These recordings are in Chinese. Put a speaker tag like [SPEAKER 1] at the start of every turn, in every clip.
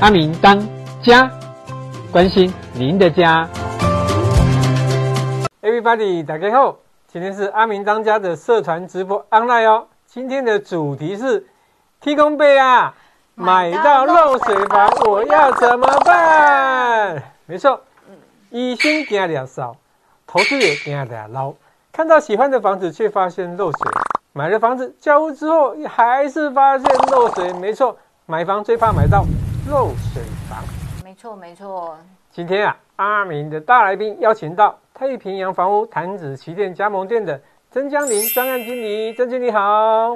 [SPEAKER 1] 阿明当家，关心您的家。Everybody，打开后，今天是阿明当家的社团直播 online 哦。今天的主题是提供杯啊，买到漏水房我要怎么办？没错，医心惊了少，投资也惊了捞。看到喜欢的房子，却发现漏水；买了房子交屋之后，还是发现漏水。没错，买房最怕买到漏水房。
[SPEAKER 2] 没错，没错，
[SPEAKER 1] 今天啊，阿明的大来宾邀请到太平洋房屋潭子旗舰加盟店的曾江林专案经理，曾经理好。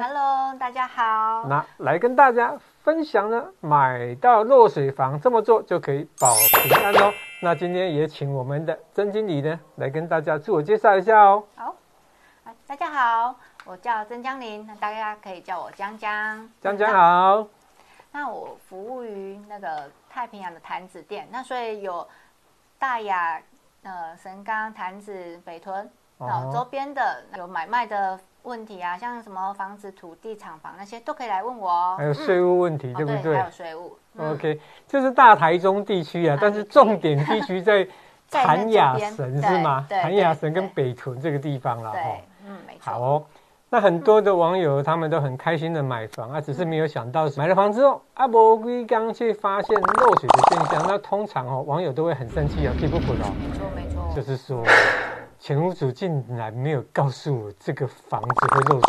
[SPEAKER 2] Hello，大家好。
[SPEAKER 1] 那来跟大家分享呢，买到落水房这么做就可以保平安哦。那今天也请我们的曾经理呢来跟大家自我介绍一下哦。
[SPEAKER 2] 好，啊大家好，我叫曾江林，那大家可以叫我江江。
[SPEAKER 1] 江江。好，
[SPEAKER 2] 那我服务于那个太平洋的坛子店，那所以有大雅、呃神冈、坛子、北屯，
[SPEAKER 1] 哦
[SPEAKER 2] 那我周边的有买卖的问题啊，像什么房子、土地、厂房那些都可以来问我哦。
[SPEAKER 1] 还有
[SPEAKER 2] 嗯
[SPEAKER 1] 税务问题，
[SPEAKER 2] 哦
[SPEAKER 1] 对不
[SPEAKER 2] 对？
[SPEAKER 1] 对
[SPEAKER 2] 还有税务。嗯
[SPEAKER 1] OK，就是大台中地区啊，但是重点地区在
[SPEAKER 2] 在那
[SPEAKER 1] 潭雅
[SPEAKER 2] 这边
[SPEAKER 1] 神
[SPEAKER 2] 对
[SPEAKER 1] 是吗？
[SPEAKER 2] 对
[SPEAKER 1] 潭雅
[SPEAKER 2] 对
[SPEAKER 1] 神跟
[SPEAKER 2] 对
[SPEAKER 1] 北屯这个地方啦。哦
[SPEAKER 2] 对，嗯，没
[SPEAKER 1] 好
[SPEAKER 2] 错。嗯
[SPEAKER 1] 哦，那很多的网友他们都很开心的买房啊，只是没有想到买了房之后，阿伯龟刚去发现漏水的现象，那通常哦网友都会很生气啊，气不服哦，
[SPEAKER 2] 没错，没错。
[SPEAKER 1] 就是说前屋主竟然没有告诉我这个房子会漏水，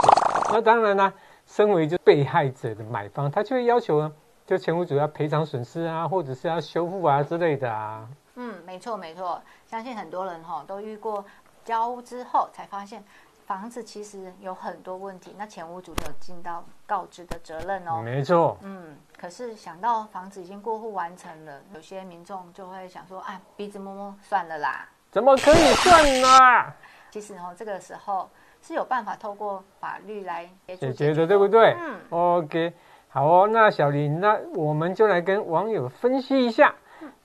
[SPEAKER 1] 那当然啦、身为就被害者的买方，他就会要求呢，啊就前屋主要赔偿损失啊，或者是要修复啊之类的啊，
[SPEAKER 2] 嗯，没错没错，相信很多人哈、都遇过交屋之后才发现房子其实有很多问题，那前屋主没有尽到告知的责任哦。
[SPEAKER 1] 没错。
[SPEAKER 2] 嗯，可是想到房子已经过户完成了，有些民众就会想说，啊，鼻子摸摸算了啦。
[SPEAKER 1] 怎么可以算呢、啊
[SPEAKER 2] 其实哦，这个时候是有办法透过法律来解决
[SPEAKER 1] 解决的，对不对？
[SPEAKER 2] 嗯，
[SPEAKER 1] OK，好哦，那小林，那我们就来跟网友分析一下，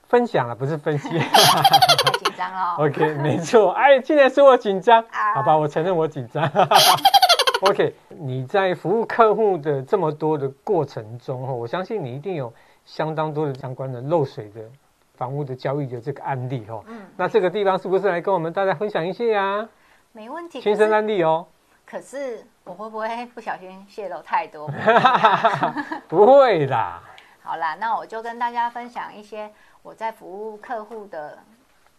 [SPEAKER 1] 分享了啊不是分析
[SPEAKER 2] 太紧张了、哦。
[SPEAKER 1] ，OK，没错，哎，竟然说我紧张，
[SPEAKER 2] 啊
[SPEAKER 1] 好吧，我承认我紧张。OK，你在服务客户的这么多的过程中，哦，我相信你一定有相当多的相关的漏水的房屋的交易的这个案例哦。
[SPEAKER 2] 嗯，
[SPEAKER 1] 那这个地方是不是来跟我们大家分享一下呀？
[SPEAKER 2] 没问题。
[SPEAKER 1] 亲
[SPEAKER 2] 可
[SPEAKER 1] 身
[SPEAKER 2] 是
[SPEAKER 1] 案例哦，
[SPEAKER 2] 可是我会不会不小心泄露 太多？
[SPEAKER 1] 不会啦，
[SPEAKER 2] 好啦，那我就跟大家分享一些我在服务客户的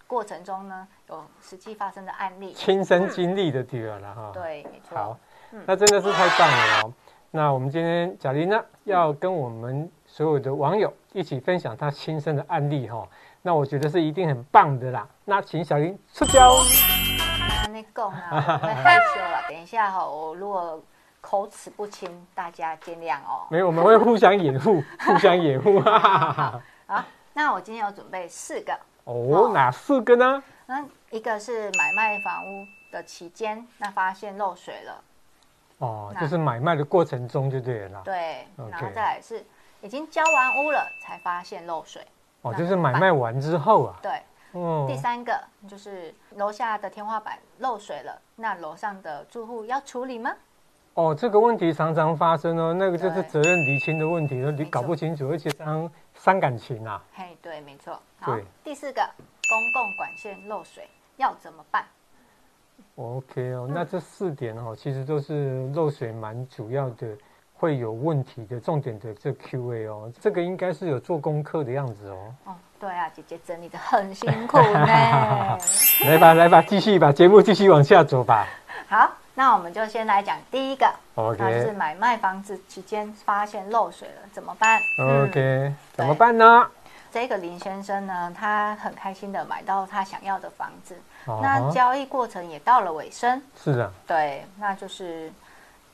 [SPEAKER 2] 过程中呢，有实际发生的案例。
[SPEAKER 1] 亲身经历的地方了哈。
[SPEAKER 2] 对，没错。
[SPEAKER 1] 好
[SPEAKER 2] 嗯，
[SPEAKER 1] 那真的是太棒了哦！那我们今天贾玲呢，要跟我们所有的网友一起分享她亲身的案例哈、哦。那我觉得是一定很棒的啦。那请小林出招哦。
[SPEAKER 2] 那那够呢，我会害羞了。等一下哈、我如果口齿不清，大家见谅哦。
[SPEAKER 1] 没有，我们会互相掩 护，互相掩护。哈哈哈。
[SPEAKER 2] 好，那我今天有准备四个，
[SPEAKER 1] 哦，哪四个呢？
[SPEAKER 2] 那一个是买卖房屋的期间，那发现漏水了，
[SPEAKER 1] 哦，
[SPEAKER 2] 那
[SPEAKER 1] 就是买卖的过程中就对了啦。
[SPEAKER 2] 对，然后
[SPEAKER 1] OK
[SPEAKER 2] 再来是已经交完屋了才发现漏水，
[SPEAKER 1] 哦，就是买卖完之后啊。
[SPEAKER 2] 对，
[SPEAKER 1] 嗯
[SPEAKER 2] 第，三个就是楼下的天花板漏水了，那楼上的住户要处理吗？
[SPEAKER 1] 哦，这个问题常常发生哦，那个就是
[SPEAKER 2] 对
[SPEAKER 1] 责任厘清的问题了，你
[SPEAKER 2] 没
[SPEAKER 1] 搞不
[SPEAKER 2] 错
[SPEAKER 1] 清楚，而且伤伤感情啊。
[SPEAKER 2] 嘿，对，没错。好
[SPEAKER 1] 对，
[SPEAKER 2] 第四个，公共管线漏水要怎么办？
[SPEAKER 1] OK
[SPEAKER 2] 嗯
[SPEAKER 1] 哦，那这四点哦，其实都是漏水蛮主要的会有问题的重点的这 Q&A 哦，这个应该是有做功课的样子 哦。
[SPEAKER 2] 哦，对啊，姐姐整理的很辛苦 呢。
[SPEAKER 1] 来吧，来吧，继续吧，节目继续往下走吧。
[SPEAKER 2] 好，那我们就先来讲第一个，那就是
[SPEAKER 1] OK
[SPEAKER 2] 买卖房子期间发现漏水了怎么办？嗯
[SPEAKER 1] OK，怎么办呢？
[SPEAKER 2] 这个林先生呢，他很开心的买到他想要的房子，
[SPEAKER 1] 哦
[SPEAKER 2] 那交易过程也到了尾声。
[SPEAKER 1] 是啊的，
[SPEAKER 2] 对，那就是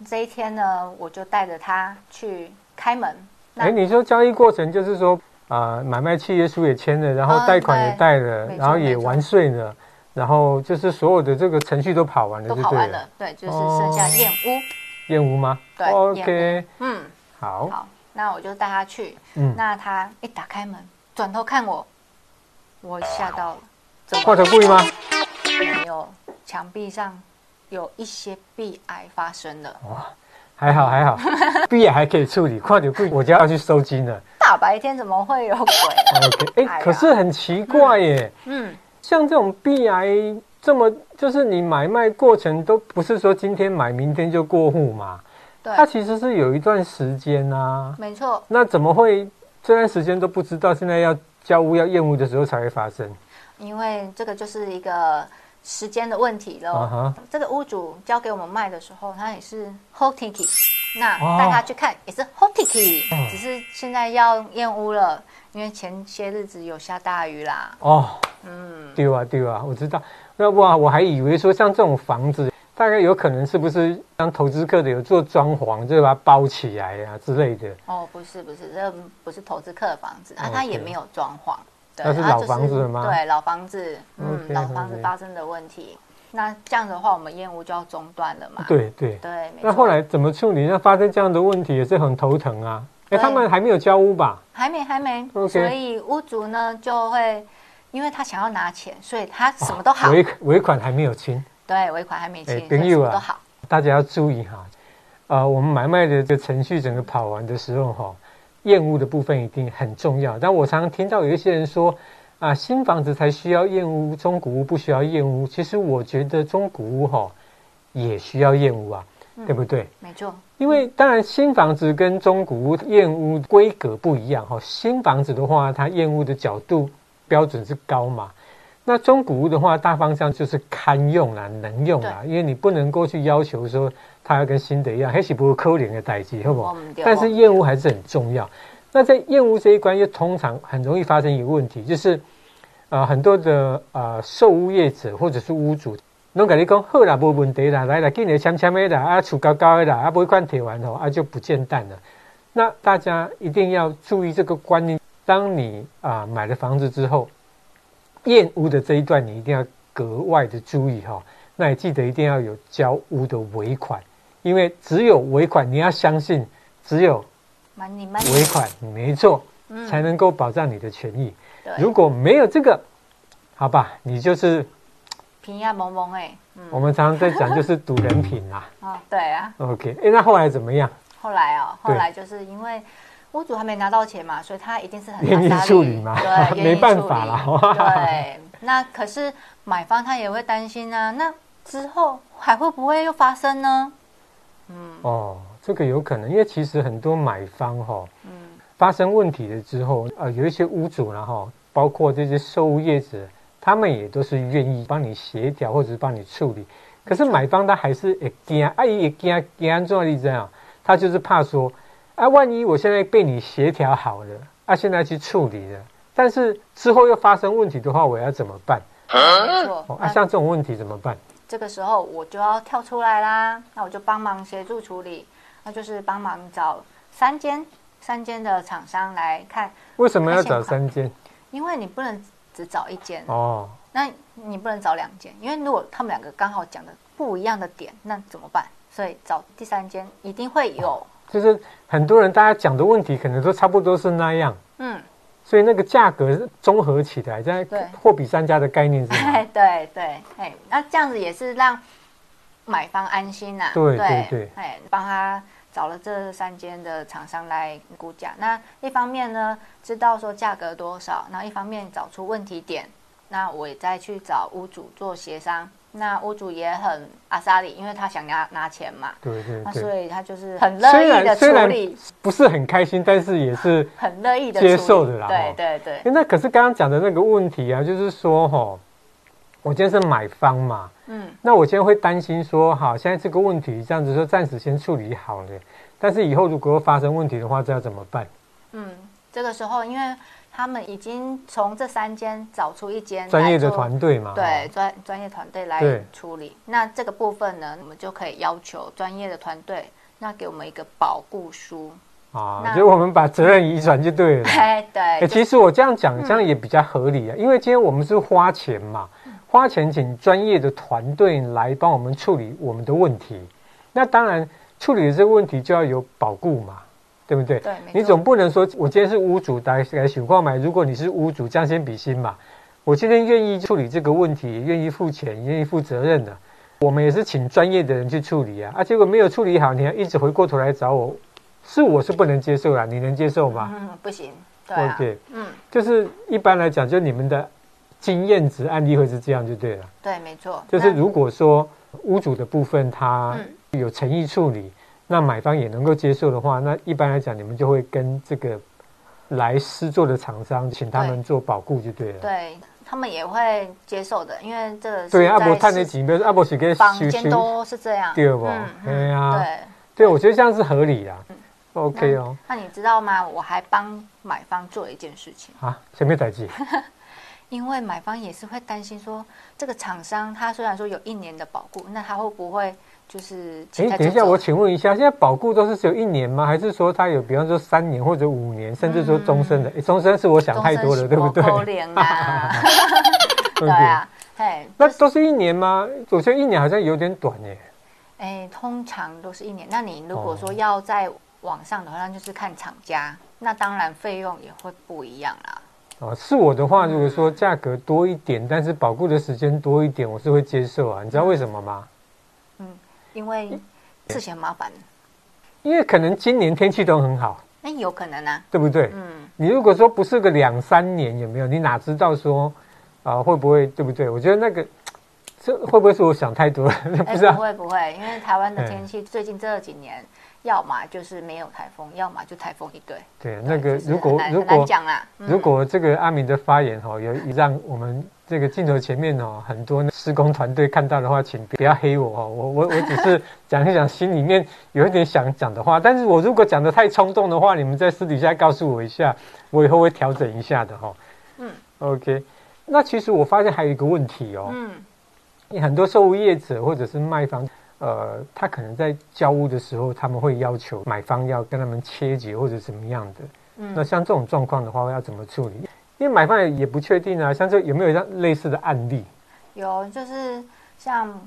[SPEAKER 2] 这一天呢，我就带着他去开门。那
[SPEAKER 1] 哎，你说交易过程就是说啊、买卖契约书也签了，然后
[SPEAKER 2] 嗯
[SPEAKER 1] 贷款也
[SPEAKER 2] 对
[SPEAKER 1] 贷了，
[SPEAKER 2] 没错
[SPEAKER 1] 然后也
[SPEAKER 2] 没错
[SPEAKER 1] 完税了，然后就是所有的这个程序都跑完了，
[SPEAKER 2] 都
[SPEAKER 1] 就
[SPEAKER 2] 跑
[SPEAKER 1] 哎对
[SPEAKER 2] 完
[SPEAKER 1] 了
[SPEAKER 2] 了。，对，就是剩下验屋。
[SPEAKER 1] 燕屋吗？
[SPEAKER 2] 对燕
[SPEAKER 1] ，OK，
[SPEAKER 2] 哦嗯，
[SPEAKER 1] 好，
[SPEAKER 2] 好，那我就带他去。
[SPEAKER 1] 嗯，
[SPEAKER 2] 那他一打开门，转头看我，我吓到了。怎
[SPEAKER 1] 画
[SPEAKER 2] 么
[SPEAKER 1] 头故意吗？
[SPEAKER 2] 没有墙壁上有一些壁癌发生了？
[SPEAKER 1] 还好还好，毕业还可以处理，快点贵，我家要去收金了。
[SPEAKER 2] 到大白天怎么会有鬼？
[SPEAKER 1] OK，哎、
[SPEAKER 2] 哎呀
[SPEAKER 1] 可是很奇怪耶，
[SPEAKER 2] 嗯，
[SPEAKER 1] 像这种 B I 这么，就是你买卖过程都不是说今天买明天就过户嘛，
[SPEAKER 2] 对，
[SPEAKER 1] 它其实是有一段时间啊。
[SPEAKER 2] 没错。
[SPEAKER 1] 那怎么会这段时间都不知道？现在要交屋要验屋的时候才会发生？
[SPEAKER 2] 因为这个就是一个时间的问题喽。
[SPEAKER 1] 啊哈
[SPEAKER 2] 这个屋主交给我们卖的时候，他也是 hot ticket，那
[SPEAKER 1] 哦
[SPEAKER 2] 带他去看也是 hot ticket，、
[SPEAKER 1] 嗯
[SPEAKER 2] 只是现在要验屋了，因为前些日子有下大雨啦。
[SPEAKER 1] 哦，
[SPEAKER 2] 嗯，
[SPEAKER 1] 对啊对啊，我知道。那哇，我还以为说像这种房子，大概有可能是不是像投资客的有做装潢，就把它包起来呀、之类的。
[SPEAKER 2] 哦，不是不是，这不是投资客的房子，啊，
[SPEAKER 1] OK
[SPEAKER 2] 他也没有装潢，对，
[SPEAKER 1] 那是
[SPEAKER 2] 它
[SPEAKER 1] 老
[SPEAKER 2] 就
[SPEAKER 1] 房子吗
[SPEAKER 2] 对，老房子，嗯
[SPEAKER 1] OK，
[SPEAKER 2] 老房子
[SPEAKER 1] OK
[SPEAKER 2] 发生的问题。那这样的话，我们验屋就要中断了嘛？
[SPEAKER 1] 对对。
[SPEAKER 2] 对，啊没
[SPEAKER 1] 那
[SPEAKER 2] 错。
[SPEAKER 1] 后来怎么处理？那发生这样的问题也是很头疼啊。哎，
[SPEAKER 2] 对
[SPEAKER 1] 他们还没有交屋吧？
[SPEAKER 2] 还没，还没。
[SPEAKER 1] OK
[SPEAKER 2] 所以屋主呢就会，因为他想要拿钱，所以他什么都好，
[SPEAKER 1] 哦尾尾款还没有清，
[SPEAKER 2] 对，尾款还没清，
[SPEAKER 1] 哎
[SPEAKER 2] 所
[SPEAKER 1] 朋
[SPEAKER 2] 以
[SPEAKER 1] 友
[SPEAKER 2] 什
[SPEAKER 1] 啊
[SPEAKER 2] 么都好。
[SPEAKER 1] 大家要注意哈。呃，我们买卖的这个程序整个跑完的时候哈，验屋的部分一定很重要。但我常常听到有一些人说啊，新房子才需要验屋，中古屋不需要验屋。其实我觉得中古屋哈也需要验屋啊，
[SPEAKER 2] 嗯
[SPEAKER 1] 对不对？
[SPEAKER 2] 没错，
[SPEAKER 1] 因为当然新房子跟中古屋验屋规格不一样哈、新房子的话，它验屋的角度标准是高嘛。那中古屋的话，大方向就是堪用啦，能用啦，因为你不能够去要求说它要跟新的一样，还是不够扣脸的代际，好不好
[SPEAKER 2] 我？们就
[SPEAKER 1] 但是验屋还是很重要。那在验屋这一关，又通常很容易发生一个问题，就是呃很多的呃售屋业者或者是屋主，拢跟你讲好啦，无问题啦，来啦，今年签签的啦，啊厝高高的啦，啊不会款提完吼，啊就不见蛋了。那大家一定要注意这个观念，当你啊、买了房子之后，验屋的这一段你一定要格外的注意哈、那也记得一定要有交屋的尾款，因为只有尾款，你要相信只有
[SPEAKER 2] 蛮你蛮
[SPEAKER 1] 尾款，没错，
[SPEAKER 2] 嗯
[SPEAKER 1] 才能够保障你的权益。如
[SPEAKER 2] 对，
[SPEAKER 1] 果没有这个，好吧，你就是
[SPEAKER 2] 平安蒙蒙哎，嗯
[SPEAKER 1] 我们常常在讲，就是赌人品啦。
[SPEAKER 2] 啊，对啊。
[SPEAKER 1] OK，哎，那后来怎么样？
[SPEAKER 2] 后来哦，后
[SPEAKER 1] 对
[SPEAKER 2] 来就是因为屋主还没拿到钱嘛，所以他一定是很
[SPEAKER 1] 愿意
[SPEAKER 2] 大杀
[SPEAKER 1] 处理嘛
[SPEAKER 2] 对，愿意
[SPEAKER 1] 没办
[SPEAKER 2] 处
[SPEAKER 1] 法
[SPEAKER 2] 理
[SPEAKER 1] 啦
[SPEAKER 2] 对，那可是买方他也会担心啊，那之后还会不会又发生呢？嗯
[SPEAKER 1] 哦，这个有可能，因为其实很多买方哈、
[SPEAKER 2] 嗯，
[SPEAKER 1] 发生问题了之后，呃，有一些屋主然后包括这些售物业者，他们也都是愿意帮你协调或者是帮你处理。可是买方他还是也惊，啊，也惊惊重要例子啊，他就是怕说，啊，万一我现在被你协调好了，啊，现在去处理了，但是之后又发生问题的话，我要怎么办？
[SPEAKER 2] 没错
[SPEAKER 1] 哦，。啊，
[SPEAKER 2] 那
[SPEAKER 1] 像这种问题怎么办？
[SPEAKER 2] 这个时候我就要跳出来啦，那我就帮忙协助处理，那就是帮忙找三间三间的厂商来看，
[SPEAKER 1] 为什么要
[SPEAKER 2] 那现
[SPEAKER 1] 找
[SPEAKER 2] 款
[SPEAKER 1] 三间？
[SPEAKER 2] 因为你不能只找一间，
[SPEAKER 1] 哦，
[SPEAKER 2] 那你不能找两间，因为如果他们两个刚好讲的不一样的点，那怎么办？所以找第三间一定会有，
[SPEAKER 1] 就是很多人大家讲的问题可能都差不多是那样。
[SPEAKER 2] 嗯，
[SPEAKER 1] 所以那个价格是综合起来，在
[SPEAKER 2] 对
[SPEAKER 1] 货比三家的概念之下，
[SPEAKER 2] 对对对，哎，那这样子也是让买方安心呐、
[SPEAKER 1] 对对对
[SPEAKER 2] 哎，帮他找了这三间的厂商来估价。那一方面呢，知道说价格多少，然后一方面找出问题点，那我也再去找屋主做协商。那屋主也很阿莎里，因为他想拿拿钱嘛，
[SPEAKER 1] 对对
[SPEAKER 2] 那
[SPEAKER 1] 对。
[SPEAKER 2] 啊所以他就是很
[SPEAKER 1] 虽
[SPEAKER 2] 乐意
[SPEAKER 1] 然
[SPEAKER 2] 的
[SPEAKER 1] 虽
[SPEAKER 2] 处
[SPEAKER 1] 然
[SPEAKER 2] 理，
[SPEAKER 1] 不是很开心，但是也是，
[SPEAKER 2] 很乐意的
[SPEAKER 1] 接受的啦
[SPEAKER 2] 对
[SPEAKER 1] 哦
[SPEAKER 2] 对对，
[SPEAKER 1] 那可是刚刚讲的那个问题啊，就是说哈、我今天是买方嘛，
[SPEAKER 2] 嗯，
[SPEAKER 1] 那我今天会担心说，好，现在这个问题这样子说暂时先处理好了，但是以后如果发生问题的话，这要怎么办？
[SPEAKER 2] 嗯，这个时候因为他们已经从这三间找出一间
[SPEAKER 1] 专业的
[SPEAKER 2] 来做
[SPEAKER 1] 团队嘛，
[SPEAKER 2] 对专专业团队来
[SPEAKER 1] 对
[SPEAKER 2] 处理。那这个部分呢，我们就可以要求专业的团队，那给我们一个保护书。
[SPEAKER 1] 哦啊，
[SPEAKER 2] 那
[SPEAKER 1] 就我们把责任遗传就对了。
[SPEAKER 2] 哎，对，
[SPEAKER 1] 哎、
[SPEAKER 2] 就
[SPEAKER 1] 其实我这样讲，这样也比较合理啊，因为今天我们是花钱嘛，
[SPEAKER 2] 嗯
[SPEAKER 1] 花钱请专业的团队来帮我们处理我们的问题。那当然，处理的这个问题就要有保固嘛，对不对？
[SPEAKER 2] 对，没错
[SPEAKER 1] 你总不能说我今天是屋主来来选购买，如果你是屋主，将心比心嘛。我今天愿意处理这个问题，也愿意付钱，愿意负责任的。我们也是请专业的人去处理啊，啊，结果没有处理好，你还一直回过头来找我，是我是不能接受啦，你能接受吗？
[SPEAKER 2] 嗯，不行，对啊，
[SPEAKER 1] OK
[SPEAKER 2] 嗯，
[SPEAKER 1] 就是一般来讲，就你们的经验值案例会是这样就对了。
[SPEAKER 2] 对，没错，
[SPEAKER 1] 就是
[SPEAKER 2] 那
[SPEAKER 1] 如果说屋主的部分他
[SPEAKER 2] 嗯
[SPEAKER 1] 有诚意处理，那买方也能够接受的话，那一般来讲你们就会跟这个来施作的厂商请他们做保固就对了。
[SPEAKER 2] 对他们也会接受的，因为这个是
[SPEAKER 1] 对啊，阿伯
[SPEAKER 2] 在
[SPEAKER 1] 探的几秒，阿伯是给
[SPEAKER 2] 房间都是这样，嗯
[SPEAKER 1] 对不哎呀
[SPEAKER 2] 对。
[SPEAKER 1] 对，我觉得这样是合理的。OK
[SPEAKER 2] 嗯
[SPEAKER 1] 哦，
[SPEAKER 2] 那你知道吗？我还帮买方做一件事情，
[SPEAKER 1] 啊，前面代记，
[SPEAKER 2] 因为买方也是会担心说，这个厂商他虽然说有一年的保固，那他会不会就是
[SPEAKER 1] 哎
[SPEAKER 2] 请，他
[SPEAKER 1] 等一
[SPEAKER 2] 走
[SPEAKER 1] 下，
[SPEAKER 2] 走
[SPEAKER 1] 我请问一下，现在保固都是只有一年吗？还是说它有，比方说三年或者五年，甚至说终身的？诶嗯终身是我想太多了，对不对？
[SPEAKER 2] 勾脸啊， 对
[SPEAKER 1] OK
[SPEAKER 2] 啊，哎，
[SPEAKER 1] 那
[SPEAKER 2] 就是
[SPEAKER 1] 都是一年吗？我觉得一年好像有点短耶。
[SPEAKER 2] 哎，通常都是一年。那你如果
[SPEAKER 1] 哦
[SPEAKER 2] 说要在网上的话，那就是看厂家，那当然费用也会不一样啦。
[SPEAKER 1] 哦，是我的话，如果说价格多一点，但是保固的时间多一点，我是会接受啊。你知道为什么吗？
[SPEAKER 2] 因为事情麻烦，
[SPEAKER 1] 因为可能今年天气都很好，
[SPEAKER 2] 那有可能啊，
[SPEAKER 1] 对不对？
[SPEAKER 2] 嗯，
[SPEAKER 1] 你如果说不是个两三年，有没有？你哪知道说啊、会不会对不对？我觉得那个这会不会是我想太多了？
[SPEAKER 2] 哎、
[SPEAKER 1] 不是啊
[SPEAKER 2] 不，会不会，因为台湾的
[SPEAKER 1] 哎
[SPEAKER 2] 天气最近这几年，要么就是没有台风，要么就台风一堆。
[SPEAKER 1] 对，那个
[SPEAKER 2] 就是
[SPEAKER 1] 如
[SPEAKER 2] 很
[SPEAKER 1] 果
[SPEAKER 2] 难
[SPEAKER 1] 如
[SPEAKER 2] 很难
[SPEAKER 1] 果
[SPEAKER 2] 讲啦，嗯
[SPEAKER 1] 如果这个阿明的发言哈、有让我们这个镜头前面哦很多施工团队看到的话，请不要黑我哦，我我我只 是讲一讲心里面有一点想讲的话，但是我如果讲的太冲动的话，你们在私底下告诉我一下，我以后会调整一下的哈、
[SPEAKER 2] 嗯
[SPEAKER 1] ，OK。那其实我发现还有一个问题哦，
[SPEAKER 2] 嗯
[SPEAKER 1] 很多售屋业者或者是卖方，呃，他可能在交屋的时候，他们会要求买方要跟他们切结或者怎么样的。那
[SPEAKER 2] 嗯，
[SPEAKER 1] 像这种状况的话，要怎么处理？因为买方也也不确定啊，像这有没有像类似的案例？
[SPEAKER 2] 有就是像。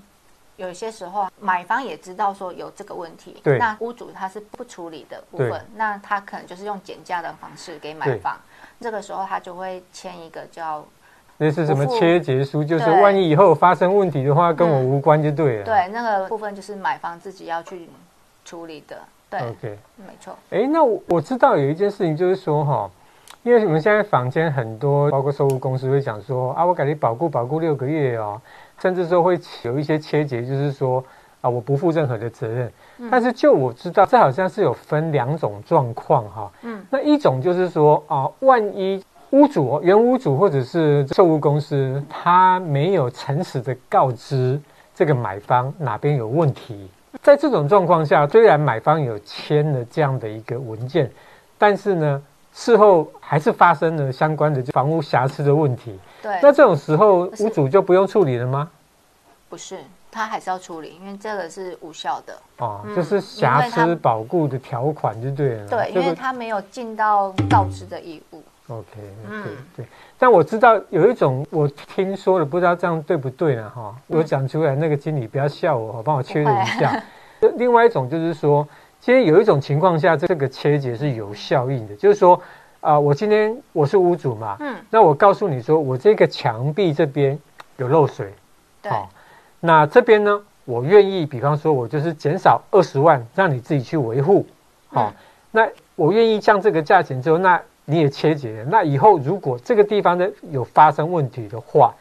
[SPEAKER 2] 有些时候，买方也知道说有这个问题，
[SPEAKER 1] 对
[SPEAKER 2] 那屋主他是不处理的部
[SPEAKER 1] 对
[SPEAKER 2] 分，那他可能就是用减价的方式给买
[SPEAKER 1] 对
[SPEAKER 2] 方，这个时候他就会签一个叫
[SPEAKER 1] 类似什么
[SPEAKER 2] 不付
[SPEAKER 1] 切结书，就是
[SPEAKER 2] 对嗯
[SPEAKER 1] 万一以后发生问题的话，跟我无关就对了。啊
[SPEAKER 2] 对那个部分就是买方自己要去处理的，对，
[SPEAKER 1] ，OK。
[SPEAKER 2] 没错，
[SPEAKER 1] 哎，那我我知道有一件事情就是说哈、因为我们现在坊间很多，包括售屋公司会讲说啊，我给你保固保固六个月哦，甚至说会有一些切结，就是说啊，我不负任何的责任。但是就我知道，这好像是有分两种状况哈、
[SPEAKER 2] 嗯
[SPEAKER 1] 那一种就是说啊，万一屋主、原屋主或者是售屋公司，他没有诚实的告知这个买方哪边有问题，在这种状况下，虽然买方有签了这样的一个文件，但是呢，事后还是发生了相关的房屋瑕疵的问题。
[SPEAKER 2] 对。
[SPEAKER 1] 那这种时候，
[SPEAKER 2] 是
[SPEAKER 1] 屋主就不用处理了吗？
[SPEAKER 2] 不是，他还是要处理，因为这个是无效的。
[SPEAKER 1] 哦，
[SPEAKER 2] 嗯
[SPEAKER 1] 就是瑕
[SPEAKER 2] 因为
[SPEAKER 1] 疵
[SPEAKER 2] 他
[SPEAKER 1] 保固的条款就对了。
[SPEAKER 2] 对，
[SPEAKER 1] 嗯这
[SPEAKER 2] 因
[SPEAKER 1] 个
[SPEAKER 2] 为他没有尽到告知的义务。
[SPEAKER 1] OK，
[SPEAKER 2] 嗯
[SPEAKER 1] 对对，但我知道有一种我听说了，不知道这样对不对呢？哈，
[SPEAKER 2] 嗯
[SPEAKER 1] 我讲出来那个经理不要笑我，帮我确认一下。 另外一种就是说，今天有一种情况下，这个切结是有效应的，就是说，啊、我今天我是屋主嘛，
[SPEAKER 2] 嗯，
[SPEAKER 1] 那我告诉你说，我这个墙壁这边有漏水，
[SPEAKER 2] 对，
[SPEAKER 1] 那这边呢，我愿意，比方说，我就是减少二十万，让你自己去维护，好、
[SPEAKER 2] 嗯
[SPEAKER 1] 那我愿意降这个价钱之后，那你也切结了，那以后如果这个地方呢有发生问题的话，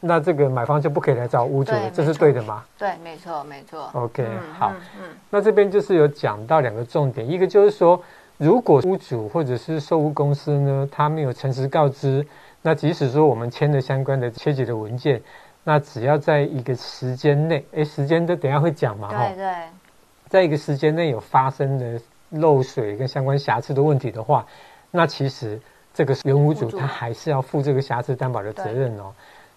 [SPEAKER 1] 那这个买方就不可以来找屋主了
[SPEAKER 2] 对，
[SPEAKER 1] 这是
[SPEAKER 2] 没错
[SPEAKER 1] 对的吗
[SPEAKER 2] 对，没错，没错。
[SPEAKER 1] ？OK，、
[SPEAKER 2] 嗯
[SPEAKER 1] 好，
[SPEAKER 2] 嗯嗯，
[SPEAKER 1] 那这边就是有讲到两个重点，一个就是说，如果屋主或者是售屋公司呢，他没有诚实告知，那即使说我们签了相关的切结的文件，那只要在一个时间内，诶，时间都等一下会讲嘛哈
[SPEAKER 2] 对，对，
[SPEAKER 1] 在一个时间内有发生的漏水跟相关瑕疵的问题的话，那其实这个原屋主
[SPEAKER 2] 屋主
[SPEAKER 1] 他还是要负这个瑕疵担保的责任哦。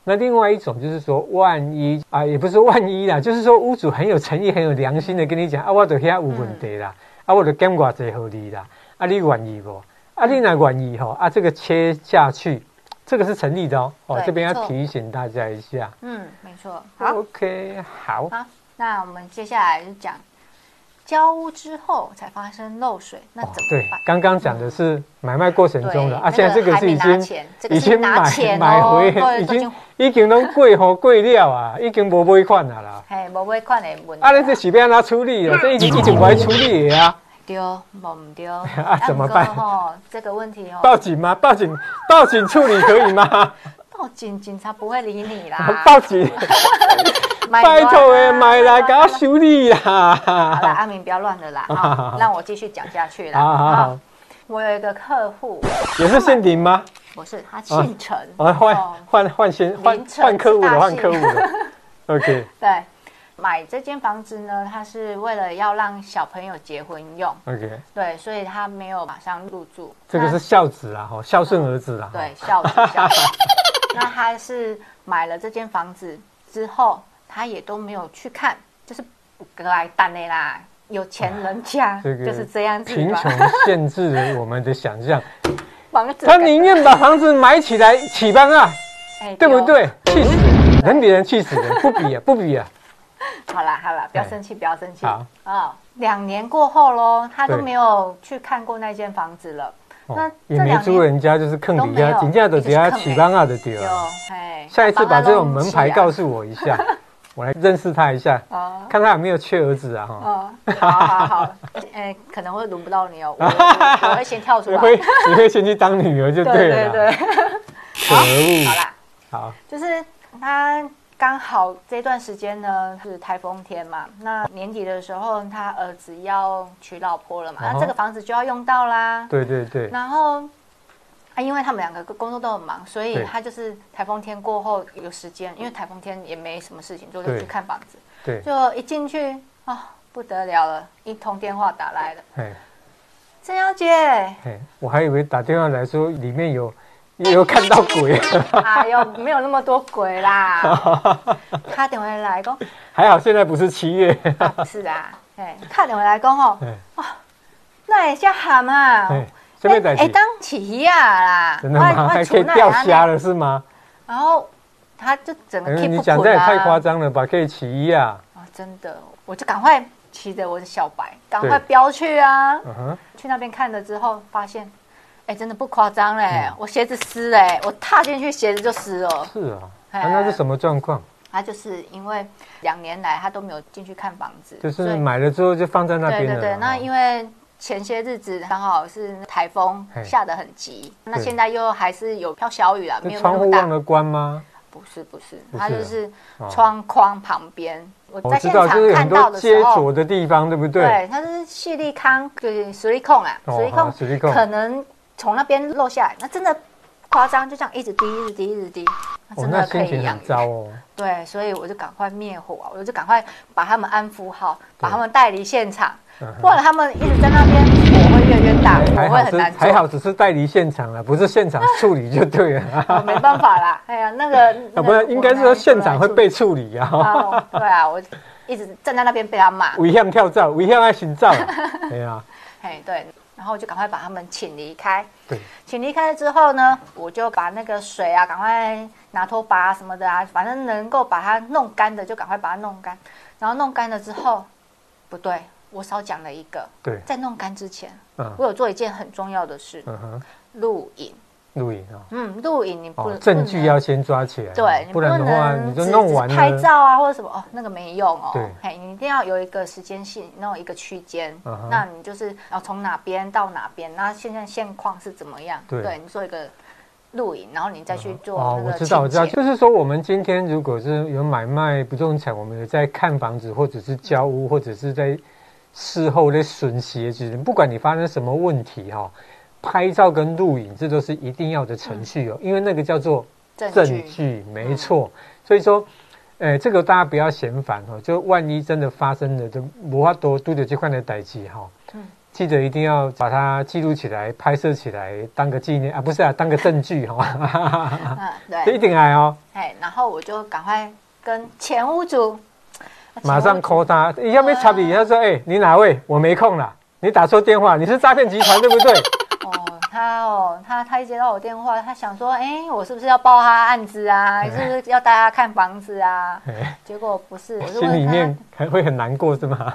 [SPEAKER 1] 那另外一种就是说，万一啊，也不是万一啦，就是说屋主很有诚意、很有良心的跟你讲啊，我的遐有问题啦，啊，我的减偌济合理啦，啊，你愿意不？啊，你若愿意吼，啊，这个切下去，这个是成立的哦。哦，
[SPEAKER 2] 对
[SPEAKER 1] 这边
[SPEAKER 2] 没
[SPEAKER 1] 要
[SPEAKER 2] 错
[SPEAKER 1] 提醒大家一下。
[SPEAKER 2] 嗯，没错。好，
[SPEAKER 1] OK，好，
[SPEAKER 2] 好，那我们接下来就讲交屋之后才发生漏水，那
[SPEAKER 1] 哦
[SPEAKER 2] 怎，么
[SPEAKER 1] 对
[SPEAKER 2] 办？，嗯
[SPEAKER 1] 刚刚讲的是买卖过程
[SPEAKER 2] 对，
[SPEAKER 1] 中的，啊，
[SPEAKER 2] 那
[SPEAKER 1] 现在这个
[SPEAKER 2] 还
[SPEAKER 1] 是
[SPEAKER 2] 没
[SPEAKER 1] 已
[SPEAKER 2] 拿
[SPEAKER 1] 经
[SPEAKER 2] 钱，这个
[SPEAKER 1] 已
[SPEAKER 2] 是
[SPEAKER 1] 经
[SPEAKER 2] 拿
[SPEAKER 1] 买
[SPEAKER 2] 钱
[SPEAKER 1] 买
[SPEAKER 2] 哦，
[SPEAKER 1] 回，
[SPEAKER 2] 对，
[SPEAKER 1] 已
[SPEAKER 2] 都已经
[SPEAKER 1] 经已经都贵 吼贵了啊，已经无买款啊啦。
[SPEAKER 2] 嘿，无尾款的问题
[SPEAKER 1] 啊，
[SPEAKER 2] 啦。
[SPEAKER 1] 哦
[SPEAKER 2] 嗯
[SPEAKER 1] 你这是要哪处理啊？这一直一直不爱处理的啊。
[SPEAKER 2] 对，无唔对。
[SPEAKER 1] 啊怎么
[SPEAKER 2] 不过
[SPEAKER 1] 办
[SPEAKER 2] 吼，这个问题哦，
[SPEAKER 1] 报警吗？报警，报警处理可以吗？
[SPEAKER 2] 报警警察不会理你啦。
[SPEAKER 1] 报警，
[SPEAKER 2] 买
[SPEAKER 1] 拜
[SPEAKER 2] 断
[SPEAKER 1] 托
[SPEAKER 2] 啦
[SPEAKER 1] 诶，买来给他
[SPEAKER 2] 好
[SPEAKER 1] 修理啊
[SPEAKER 2] 啦，
[SPEAKER 1] 啦。
[SPEAKER 2] 阿明不要乱 了啦，
[SPEAKER 1] 好好
[SPEAKER 2] 哈
[SPEAKER 1] 好
[SPEAKER 2] 让我继续讲下去 啦。
[SPEAKER 1] 好好好
[SPEAKER 2] 哈我有一个客户，
[SPEAKER 1] 也是限定吗？
[SPEAKER 2] 不是他姓陈，
[SPEAKER 1] 啊，换
[SPEAKER 2] 哦
[SPEAKER 1] 换换先换
[SPEAKER 2] 凌晨
[SPEAKER 1] 换客户
[SPEAKER 2] 大
[SPEAKER 1] 了，换
[SPEAKER 2] 戏
[SPEAKER 1] 客户了。OK
[SPEAKER 2] 对，买这间房子呢，他是为了要让小朋友结婚用，
[SPEAKER 1] OK，
[SPEAKER 2] 对，所以他没有马上入住。
[SPEAKER 1] 这个
[SPEAKER 2] 那
[SPEAKER 1] 是孝子啦，哈，孝顺儿子啦。啊
[SPEAKER 2] 对，孝子孝子。 那他是买了这间房子之后，他也都没有去看，就是格来蛋的啦。有钱人家、
[SPEAKER 1] 这个
[SPEAKER 2] 就是这样子
[SPEAKER 1] 贫
[SPEAKER 2] 吧，
[SPEAKER 1] 穷限制了我们的想象，
[SPEAKER 2] 房子
[SPEAKER 1] 他宁愿把房子买起来起帮啊，
[SPEAKER 2] 哎
[SPEAKER 1] 对不？对？气死人，能比人气死人，不比啊，不比啊。
[SPEAKER 2] 好啦好啦，不要
[SPEAKER 1] 哎
[SPEAKER 2] 生气，不要生气。
[SPEAKER 1] 好
[SPEAKER 2] 啊，两年过后喽，他都
[SPEAKER 1] 对
[SPEAKER 2] 没有去看过那间房子了。 那
[SPEAKER 1] 哦
[SPEAKER 2] 这
[SPEAKER 1] 也没
[SPEAKER 2] 两
[SPEAKER 1] 租
[SPEAKER 2] 年
[SPEAKER 1] 人家，就是坑
[SPEAKER 2] 都
[SPEAKER 1] 底
[SPEAKER 2] 没
[SPEAKER 1] 下，
[SPEAKER 2] 有
[SPEAKER 1] 人家的底下
[SPEAKER 2] 就是坑
[SPEAKER 1] 起帮啊的对
[SPEAKER 2] 有
[SPEAKER 1] 啊。，
[SPEAKER 2] 哎，
[SPEAKER 1] 下一次把这种门牌告
[SPEAKER 2] 诉
[SPEAKER 1] 诉我一下，我来认识他一下，
[SPEAKER 2] 哦
[SPEAKER 1] 看他有没有缺儿子啊哈。
[SPEAKER 2] 哦，好 好好，哎，可能会轮不到你哦，我我我会先跳出
[SPEAKER 1] 你
[SPEAKER 2] 来。
[SPEAKER 1] 会你会先去当女儿就
[SPEAKER 2] 对
[SPEAKER 1] 对了
[SPEAKER 2] 对
[SPEAKER 1] 啦。
[SPEAKER 2] 对，
[SPEAKER 1] 可恶
[SPEAKER 2] 好！啦，
[SPEAKER 1] 好，
[SPEAKER 2] 就是他刚好这段时间呢是台风天嘛，那年底的时候他儿子要娶老婆了嘛，
[SPEAKER 1] 嗯哼
[SPEAKER 2] 那这个房子就要用到啦。
[SPEAKER 1] 对对对，
[SPEAKER 2] 然后啊，因为他们两个工作都很忙，所以
[SPEAKER 1] 对
[SPEAKER 2] 他就是台风天过后有时间，因为台风天也没什么事情做，就
[SPEAKER 1] 对
[SPEAKER 2] 去看房子。
[SPEAKER 1] 对，
[SPEAKER 2] 就一进去啊、哦，不得了了，一通电话打来了，
[SPEAKER 1] 哎
[SPEAKER 2] 郑 小姐，
[SPEAKER 1] 哎，我还以为打电话来说里面有有看到 鬼，
[SPEAKER 2] 哎呦，没有那么多鬼 啦。他电话来讲，
[SPEAKER 1] 还好现在不是七月。
[SPEAKER 2] 啊不是 啊，哎，他电话来讲吼，
[SPEAKER 1] 哎
[SPEAKER 2] 那也叫喊啊。
[SPEAKER 1] 哎，这边在
[SPEAKER 2] 哎，当起鱼啊啦，
[SPEAKER 1] 真的吗？
[SPEAKER 2] 我
[SPEAKER 1] 还可以钓虾。
[SPEAKER 2] 我厝内安尼
[SPEAKER 1] 了是吗？
[SPEAKER 2] 然后他就整个
[SPEAKER 1] 哎
[SPEAKER 2] keep
[SPEAKER 1] 你
[SPEAKER 2] 不
[SPEAKER 1] 讲这也
[SPEAKER 2] 住
[SPEAKER 1] 太夸
[SPEAKER 2] 啦。
[SPEAKER 1] 张了吧？可以起义啊！
[SPEAKER 2] 啊，真的，我就赶快骑着我的小白，赶快
[SPEAKER 1] 对
[SPEAKER 2] 飙去啊！
[SPEAKER 1] 嗯哼，
[SPEAKER 2] 去那边看了之后，发现，哎、真的不夸张嘞，
[SPEAKER 1] 嗯
[SPEAKER 2] 我鞋子湿嘞，我踏进去鞋子就湿了。
[SPEAKER 1] 是啊，
[SPEAKER 2] 哎
[SPEAKER 1] 啊那是什么状况？
[SPEAKER 2] 他就是因为两年来他都没有进去看房子，
[SPEAKER 1] 就
[SPEAKER 2] 所
[SPEAKER 1] 是
[SPEAKER 2] 以
[SPEAKER 1] 买了之后就放在那
[SPEAKER 2] 对
[SPEAKER 1] 边
[SPEAKER 2] 对
[SPEAKER 1] 了啦。
[SPEAKER 2] 对，那因
[SPEAKER 1] 为
[SPEAKER 2] 为。前些日子刚好是台风
[SPEAKER 1] 嘿
[SPEAKER 2] 下得很急，那
[SPEAKER 1] 对
[SPEAKER 2] 现在又还是有飘小雨了，没有那
[SPEAKER 1] 窗户
[SPEAKER 2] 么
[SPEAKER 1] 忘
[SPEAKER 2] 大。
[SPEAKER 1] 了关吗？
[SPEAKER 2] 不是不是，
[SPEAKER 1] 不
[SPEAKER 2] 它
[SPEAKER 1] 是
[SPEAKER 2] 就
[SPEAKER 1] 啊
[SPEAKER 2] 是
[SPEAKER 1] 哦
[SPEAKER 2] 窗框旁边。我
[SPEAKER 1] 我
[SPEAKER 2] 在
[SPEAKER 1] 知
[SPEAKER 2] 现
[SPEAKER 1] 道，就
[SPEAKER 2] 场
[SPEAKER 1] 是有很
[SPEAKER 2] 看到
[SPEAKER 1] 多
[SPEAKER 2] 的
[SPEAKER 1] 接
[SPEAKER 2] 时候
[SPEAKER 1] 左，的地方，对不对？
[SPEAKER 2] 对，它是细粒康，就是水力控啊，
[SPEAKER 1] 哦
[SPEAKER 2] 水力
[SPEAKER 1] 好
[SPEAKER 2] 控
[SPEAKER 1] 水力控
[SPEAKER 2] 可能从那边漏下来，那真的夸张，就这样一直滴，一直滴，一直滴，那
[SPEAKER 1] 哦，
[SPEAKER 2] 真
[SPEAKER 1] 那
[SPEAKER 2] 的可
[SPEAKER 1] 心
[SPEAKER 2] 以
[SPEAKER 1] 情
[SPEAKER 2] 养
[SPEAKER 1] 很
[SPEAKER 2] 鱼。
[SPEAKER 1] 糟哦。
[SPEAKER 2] 对，所以我就赶快灭火啊，我就赶快把他们安抚好，把
[SPEAKER 1] 对
[SPEAKER 2] 他们带离现场，
[SPEAKER 1] 嗯哼
[SPEAKER 2] 不然他们一直在那边，火会越来越大，
[SPEAKER 1] 哎还
[SPEAKER 2] 我会
[SPEAKER 1] 好
[SPEAKER 2] 很
[SPEAKER 1] 是
[SPEAKER 2] 难做。
[SPEAKER 1] 还好只是代理现场了，不是现 场处理就对了。
[SPEAKER 2] 我哦没办法 啦，哎呀，那个，
[SPEAKER 1] 啊，
[SPEAKER 2] 那
[SPEAKER 1] 不
[SPEAKER 2] 个
[SPEAKER 1] 是，应该是说现场会被处理啊，
[SPEAKER 2] 啊，对啊，我一直站在那边被他骂，
[SPEAKER 1] 危险跳蚤，危险爱心照，哎呀，
[SPEAKER 2] 哎，对，然后我就赶快把他们请离开。
[SPEAKER 1] 对，
[SPEAKER 2] 请离开之后呢，我就把那个水啊，赶快拿拖把啊什么的啊，反正能够把它弄干的就赶快把它弄干。然后弄干了之后，不对，我少讲了一个，
[SPEAKER 1] 对，
[SPEAKER 2] 在弄干之前，
[SPEAKER 1] 嗯
[SPEAKER 2] 我有做一件很重要的事，
[SPEAKER 1] 嗯哼，
[SPEAKER 2] 录影。
[SPEAKER 1] 录影啊，
[SPEAKER 2] 嗯，录影你不
[SPEAKER 1] 哦
[SPEAKER 2] 能，
[SPEAKER 1] 证据要先抓起来，
[SPEAKER 2] 对，你
[SPEAKER 1] 不
[SPEAKER 2] 不
[SPEAKER 1] 然的话
[SPEAKER 2] 能
[SPEAKER 1] 你就
[SPEAKER 2] 只
[SPEAKER 1] 弄完
[SPEAKER 2] 只是拍
[SPEAKER 1] 了，
[SPEAKER 2] 照啊或者什么哦，那个没用哦。
[SPEAKER 1] 对
[SPEAKER 2] 嘿，你一定要有一个时间性，弄一个区间。
[SPEAKER 1] 嗯哼
[SPEAKER 2] 那你就是要从哪边到哪边，那现在现况是怎么样？
[SPEAKER 1] 对
[SPEAKER 2] 你做一个录影，然后你再去做
[SPEAKER 1] 哦，
[SPEAKER 2] 那
[SPEAKER 1] 我
[SPEAKER 2] 个
[SPEAKER 1] 知道，我知道，
[SPEAKER 2] 清洁
[SPEAKER 1] 就是说我们今天如果是有买卖不动产，我们有在看房子，或者是交屋，或者是在事后在损鞋子，不管你发生什么问题哈、哦，拍照跟录影这都是一定要的程序哦，因为那个叫做
[SPEAKER 2] 证
[SPEAKER 1] 证据，没错。所以说，呃，这个大家不要嫌烦哦，就万一真的发生了，就无法多都得这块的代际哈。
[SPEAKER 2] 嗯
[SPEAKER 1] 记得一定要把它记录起来，拍摄起来，当个纪念啊，不是啊，当个证据哈、
[SPEAKER 2] 嗯，
[SPEAKER 1] 这一
[SPEAKER 2] 对，
[SPEAKER 1] 定来哦，
[SPEAKER 2] 哎，然后我就赶快跟前屋主
[SPEAKER 1] 马上 call
[SPEAKER 2] 扣
[SPEAKER 1] 他。你要不要插笔？
[SPEAKER 2] 啊
[SPEAKER 1] 他说：“哎、你哪位？我没空了。你打错电话，你是诈骗集团对不对？
[SPEAKER 2] 哦，他哦，他他一接到我电话，他想说，哎，我是不是要报他案子啊？
[SPEAKER 1] 哎
[SPEAKER 2] 是不是要带他看房子啊？
[SPEAKER 1] 哎
[SPEAKER 2] 结果不是， 我就
[SPEAKER 1] 心里
[SPEAKER 2] 问
[SPEAKER 1] 面
[SPEAKER 2] 他，嗯
[SPEAKER 1] 还会很难过是吗？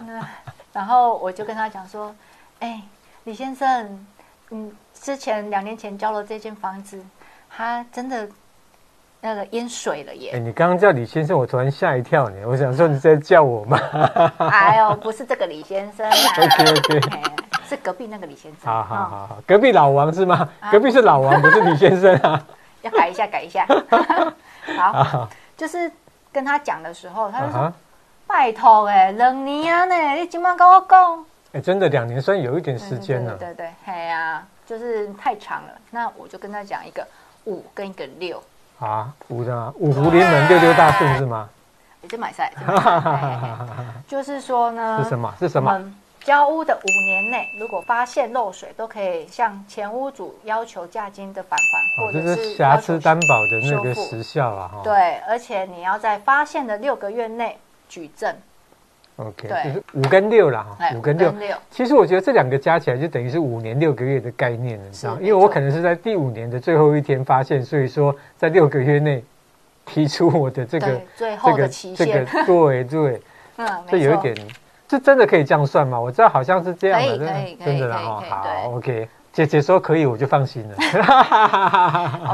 [SPEAKER 2] 然后我就跟他讲说，哎，李先生，嗯，之前两年前交了这间房子，他真的那个淹水 了
[SPEAKER 1] 哎、
[SPEAKER 2] 耶！
[SPEAKER 1] 你刚刚叫李先生，我突然吓一跳呢。 我想说你在叫我吗
[SPEAKER 2] 哎呦，不是这个李先生啊
[SPEAKER 1] ？OK，OK
[SPEAKER 2] 哎是隔壁那个李先生。
[SPEAKER 1] 好好
[SPEAKER 2] 哦
[SPEAKER 1] 好好，隔壁老王是吗？
[SPEAKER 2] 啊
[SPEAKER 1] 隔壁是老王，不是李先生 啊。
[SPEAKER 2] 要改一下，改一下。 好，
[SPEAKER 1] 啊
[SPEAKER 2] 就是跟他讲的时候，他就说：“
[SPEAKER 1] 哈，
[SPEAKER 2] 拜托哎、两年啊呢，你今晚跟我讲。
[SPEAKER 1] 哎，真的两年算有一点
[SPEAKER 2] 对”
[SPEAKER 1] 时间了
[SPEAKER 2] 对。对对对，嘿呀、就是太长了。那我就跟他讲一个五跟一个六，
[SPEAKER 1] 啊，五的啊五福临门，六六大顺是吗？
[SPEAKER 2] 也是买菜。这买菜嘿嘿嘿就是说呢，
[SPEAKER 1] 是什么？是什
[SPEAKER 2] 呃我
[SPEAKER 1] 么？
[SPEAKER 2] 们交屋的五年内，如果发现漏水，都可以向前屋主要求价金的返还，
[SPEAKER 1] 哦，
[SPEAKER 2] 或
[SPEAKER 1] 这
[SPEAKER 2] 者
[SPEAKER 1] 是
[SPEAKER 2] 是
[SPEAKER 1] 瑕
[SPEAKER 2] 要
[SPEAKER 1] 疵
[SPEAKER 2] 求
[SPEAKER 1] 担保的那个
[SPEAKER 2] 修复
[SPEAKER 1] 时效啊，哈。
[SPEAKER 2] 对，而且你要在发现的六个月内举证，
[SPEAKER 1] OK，
[SPEAKER 2] 对
[SPEAKER 1] 就是五跟六啦，哈
[SPEAKER 2] 哎，
[SPEAKER 1] 五跟六。
[SPEAKER 2] 六，
[SPEAKER 1] 其实我觉得这两个加起来就等于是五年六个月的概念了，你知道吗？因为我可能是在第五年的最后一天发现，所以说在六个月内提出我的这个
[SPEAKER 2] 对，最
[SPEAKER 1] 这
[SPEAKER 2] 后的
[SPEAKER 1] 个
[SPEAKER 2] 期
[SPEAKER 1] 这个
[SPEAKER 2] 限，
[SPEAKER 1] 对对，
[SPEAKER 2] 嗯，
[SPEAKER 1] 这
[SPEAKER 2] 没
[SPEAKER 1] 有一
[SPEAKER 2] 错
[SPEAKER 1] 点，这真的可以这样算吗？我知道好像是这样的，
[SPEAKER 2] 可以
[SPEAKER 1] 真
[SPEAKER 2] 可以
[SPEAKER 1] 的
[SPEAKER 2] 可以
[SPEAKER 1] 真的啦
[SPEAKER 2] 可以
[SPEAKER 1] 哦
[SPEAKER 2] 可以
[SPEAKER 1] 好
[SPEAKER 2] 对
[SPEAKER 1] ，OK，姐姐说可以，我就放心了。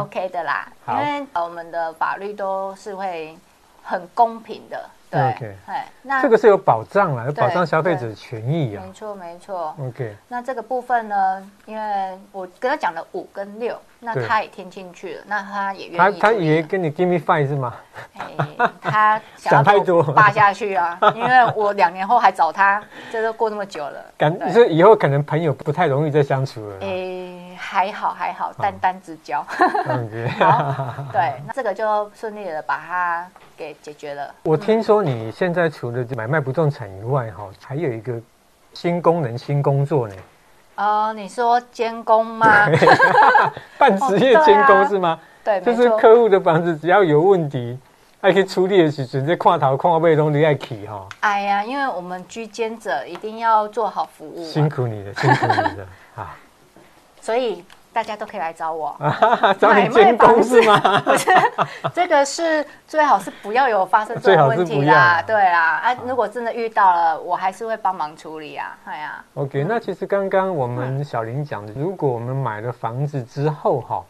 [SPEAKER 2] OK 的啦，因
[SPEAKER 1] 好
[SPEAKER 2] 为呃我们的法律都是会很公平的，对
[SPEAKER 1] OK，
[SPEAKER 2] 哎，那
[SPEAKER 1] 这个是有保障啦，有保障
[SPEAKER 2] 对
[SPEAKER 1] 消费者的权益啊
[SPEAKER 2] 没。错没错，
[SPEAKER 1] OK，
[SPEAKER 2] 那这个部分呢，因为我跟他讲了五跟六，那
[SPEAKER 1] 对
[SPEAKER 2] 他也听进去了，那他也
[SPEAKER 1] 他
[SPEAKER 2] 愿意
[SPEAKER 1] 他
[SPEAKER 2] 注意
[SPEAKER 1] 也
[SPEAKER 2] 了
[SPEAKER 1] 跟你 give me five 是吗？
[SPEAKER 2] 哎，他想
[SPEAKER 1] 想
[SPEAKER 2] 要
[SPEAKER 1] 太
[SPEAKER 2] 给我
[SPEAKER 1] 多
[SPEAKER 2] 扒下去啊！因为我两年后还找他，这都过那么 久了。
[SPEAKER 1] 感
[SPEAKER 2] 对
[SPEAKER 1] 所以以后可能朋友不太容易再相处了啦。
[SPEAKER 2] 哎，还好还
[SPEAKER 1] 嗯
[SPEAKER 2] 好，淡淡之交。
[SPEAKER 1] OK，
[SPEAKER 2] 对，那这个就顺利的把它给解决了。
[SPEAKER 1] 我听说你现在除了买卖不动产以外，哈，还有一个新功能、新工作呢，
[SPEAKER 2] 呃，你说监工吗？
[SPEAKER 1] 半职业
[SPEAKER 2] 哦对
[SPEAKER 1] 监
[SPEAKER 2] 啊
[SPEAKER 1] 工是吗？
[SPEAKER 2] 对，
[SPEAKER 1] 就
[SPEAKER 2] 没
[SPEAKER 1] 是
[SPEAKER 2] 错。
[SPEAKER 1] 客户的房子只要有问题，还可以处理的时候，这跨头跨背都你爱起哈，
[SPEAKER 2] 哎呀，因为我们居监者一定要做好服务啊、
[SPEAKER 1] 辛苦你了，辛苦你了啊！
[SPEAKER 2] 所以大家都可以来找我。
[SPEAKER 1] 啊找你监工是吗？
[SPEAKER 2] 这个是最好是不要有发生 这
[SPEAKER 1] 最
[SPEAKER 2] 种
[SPEAKER 1] 好是
[SPEAKER 2] 问
[SPEAKER 1] 不
[SPEAKER 2] 题
[SPEAKER 1] 要
[SPEAKER 2] 啦
[SPEAKER 1] 啊，
[SPEAKER 2] 对啦，啊，如果真的遇到了，我还是会帮忙处理啊，哎呀、
[SPEAKER 1] OK，那其实刚刚我
[SPEAKER 2] 嗯
[SPEAKER 1] 们小林讲的，如果我们买了房子之后哈，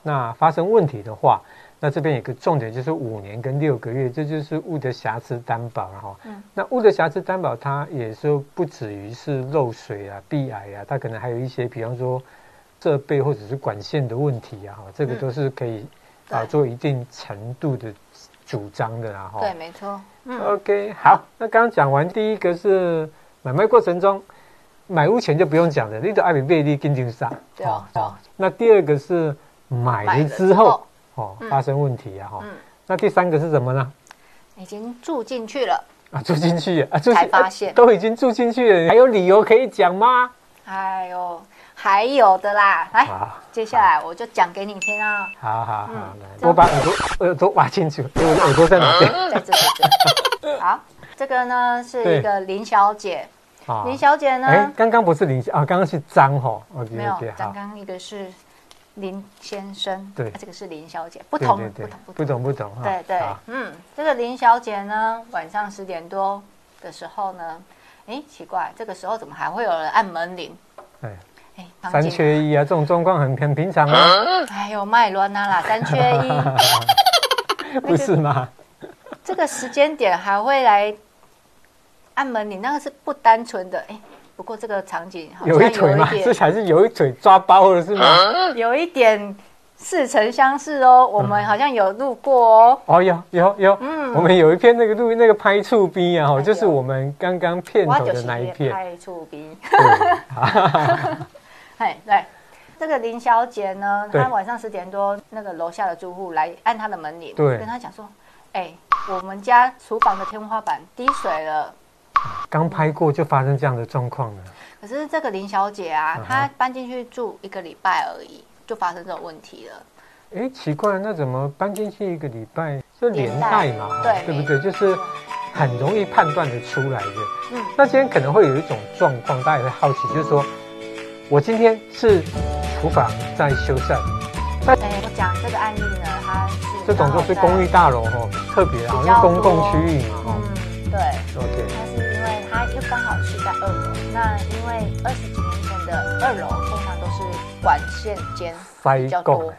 [SPEAKER 1] 那发生问题的话，那这边有个重点就是五年跟六个月，这就是物的瑕疵担保了哈。
[SPEAKER 2] 嗯
[SPEAKER 1] 那物的瑕疵担保，它也是不止于是漏水啊、壁癌啊，它可能还有一些，比方说设备或者是管线的问题啊，哈，这个
[SPEAKER 2] 嗯
[SPEAKER 1] 都是可以
[SPEAKER 2] 对
[SPEAKER 1] 啊做一定程度的主张的啦哈。
[SPEAKER 2] 对，没错，嗯，
[SPEAKER 1] OK，好，那刚刚讲完第一个是买卖过程中，买屋前就不用讲了，你的爱比贝利跟进上。
[SPEAKER 2] 对哦对哦
[SPEAKER 1] 那第二个是买
[SPEAKER 2] 买
[SPEAKER 1] 了
[SPEAKER 2] 了
[SPEAKER 1] 之后，哦
[SPEAKER 2] 嗯
[SPEAKER 1] 发生问题啊哈、
[SPEAKER 2] 嗯
[SPEAKER 1] 那第三个是什么呢？
[SPEAKER 2] 已经住进去了，
[SPEAKER 1] 啊，住进去啊，住
[SPEAKER 2] 才
[SPEAKER 1] 进
[SPEAKER 2] 发现
[SPEAKER 1] 啊都已经住进去了，还有理由可以讲吗？
[SPEAKER 2] 哎呦，还有的啦，来，
[SPEAKER 1] 啊，
[SPEAKER 2] 接下来我就讲给你听啊，
[SPEAKER 1] 好好好，
[SPEAKER 2] 嗯
[SPEAKER 1] 来
[SPEAKER 2] 这样
[SPEAKER 1] 我把耳朵耳朵挖清楚，因为我的耳朵在哪边？
[SPEAKER 2] 在这在这，好，这个呢是一个林小姐，
[SPEAKER 1] 啊
[SPEAKER 2] 林小姐
[SPEAKER 1] 哎
[SPEAKER 2] 呢，
[SPEAKER 1] 刚刚不是林啊，刚刚是张哈，OK
[SPEAKER 2] 没有
[SPEAKER 1] OK，，
[SPEAKER 2] 刚
[SPEAKER 1] 好，
[SPEAKER 2] 刚一个是林先生，
[SPEAKER 1] 对
[SPEAKER 2] 啊这个是林小姐，不
[SPEAKER 1] 对
[SPEAKER 2] 同
[SPEAKER 1] 对
[SPEAKER 2] 不
[SPEAKER 1] 对
[SPEAKER 2] 同不同
[SPEAKER 1] 不。懂不懂哈，
[SPEAKER 2] 对对
[SPEAKER 1] 好，
[SPEAKER 2] 嗯，这个林小姐呢，晚上十点多的时候呢，哎，奇怪，这个时候怎么还会有人按门铃？
[SPEAKER 1] 哎。
[SPEAKER 2] 哎，唐
[SPEAKER 1] 三
[SPEAKER 2] 景
[SPEAKER 1] 缺一啊，这种状况很很平常啊，
[SPEAKER 2] 哎呦，麦伦 娜啦，三缺一，
[SPEAKER 1] 不是吗？
[SPEAKER 2] 这个时间点还会来按门铃，那个是不单纯的。哎，不过这个场景好像
[SPEAKER 1] 有
[SPEAKER 2] 有
[SPEAKER 1] 一
[SPEAKER 2] 一
[SPEAKER 1] 腿吗？
[SPEAKER 2] 点嗯
[SPEAKER 1] 这，才是有一腿抓包了是吗？
[SPEAKER 2] 有一点似曾相识哦。我
[SPEAKER 1] 嗯
[SPEAKER 2] 们好像有路过哦。
[SPEAKER 1] 哦，有有有，
[SPEAKER 2] 嗯
[SPEAKER 1] 我们有一片那个录那个拍醋逼啊，哦
[SPEAKER 2] 哎
[SPEAKER 1] 就是
[SPEAKER 2] 有
[SPEAKER 1] 我们刚刚片
[SPEAKER 2] 我
[SPEAKER 1] 头
[SPEAKER 2] 就
[SPEAKER 1] 的
[SPEAKER 2] 是
[SPEAKER 1] 那一片，
[SPEAKER 2] 拍出兵。
[SPEAKER 1] 对，
[SPEAKER 2] 哎，对，这个林小姐呢，
[SPEAKER 1] 对
[SPEAKER 2] 她晚上十点多，那个楼下的住户来按她的门铃，
[SPEAKER 1] 对
[SPEAKER 2] 跟她讲说，哎，我们家厨房的天花板滴水了。
[SPEAKER 1] 刚拍过就发生这样的状况了。
[SPEAKER 2] 可是这个林小姐啊，
[SPEAKER 1] 嗯哼
[SPEAKER 2] 她搬进去住一个礼拜而已，就发生这种问题了。
[SPEAKER 1] 哎，奇怪，那怎么搬进去一个礼拜就连
[SPEAKER 2] 连带
[SPEAKER 1] 带嘛，哦
[SPEAKER 2] 对
[SPEAKER 1] 对不对？就是很容易判断的出来的。
[SPEAKER 2] 嗯，
[SPEAKER 1] 那今天可能会有一种状况，大家也会好奇，就是说我今天是厨房在修缮。
[SPEAKER 2] 哎，我讲这个案例呢，她是
[SPEAKER 1] 这种就是公寓，大楼哦，特别好，因为
[SPEAKER 2] 比较
[SPEAKER 1] 公共
[SPEAKER 2] 多
[SPEAKER 1] 区域嘛
[SPEAKER 2] 嗯
[SPEAKER 1] 哦。，
[SPEAKER 2] 对。
[SPEAKER 1] OK，
[SPEAKER 2] 它是因为它又刚好是在二楼，那因为二十几年前的二楼通常都是管线间比
[SPEAKER 1] 塞
[SPEAKER 2] 较
[SPEAKER 1] 贡
[SPEAKER 2] 多，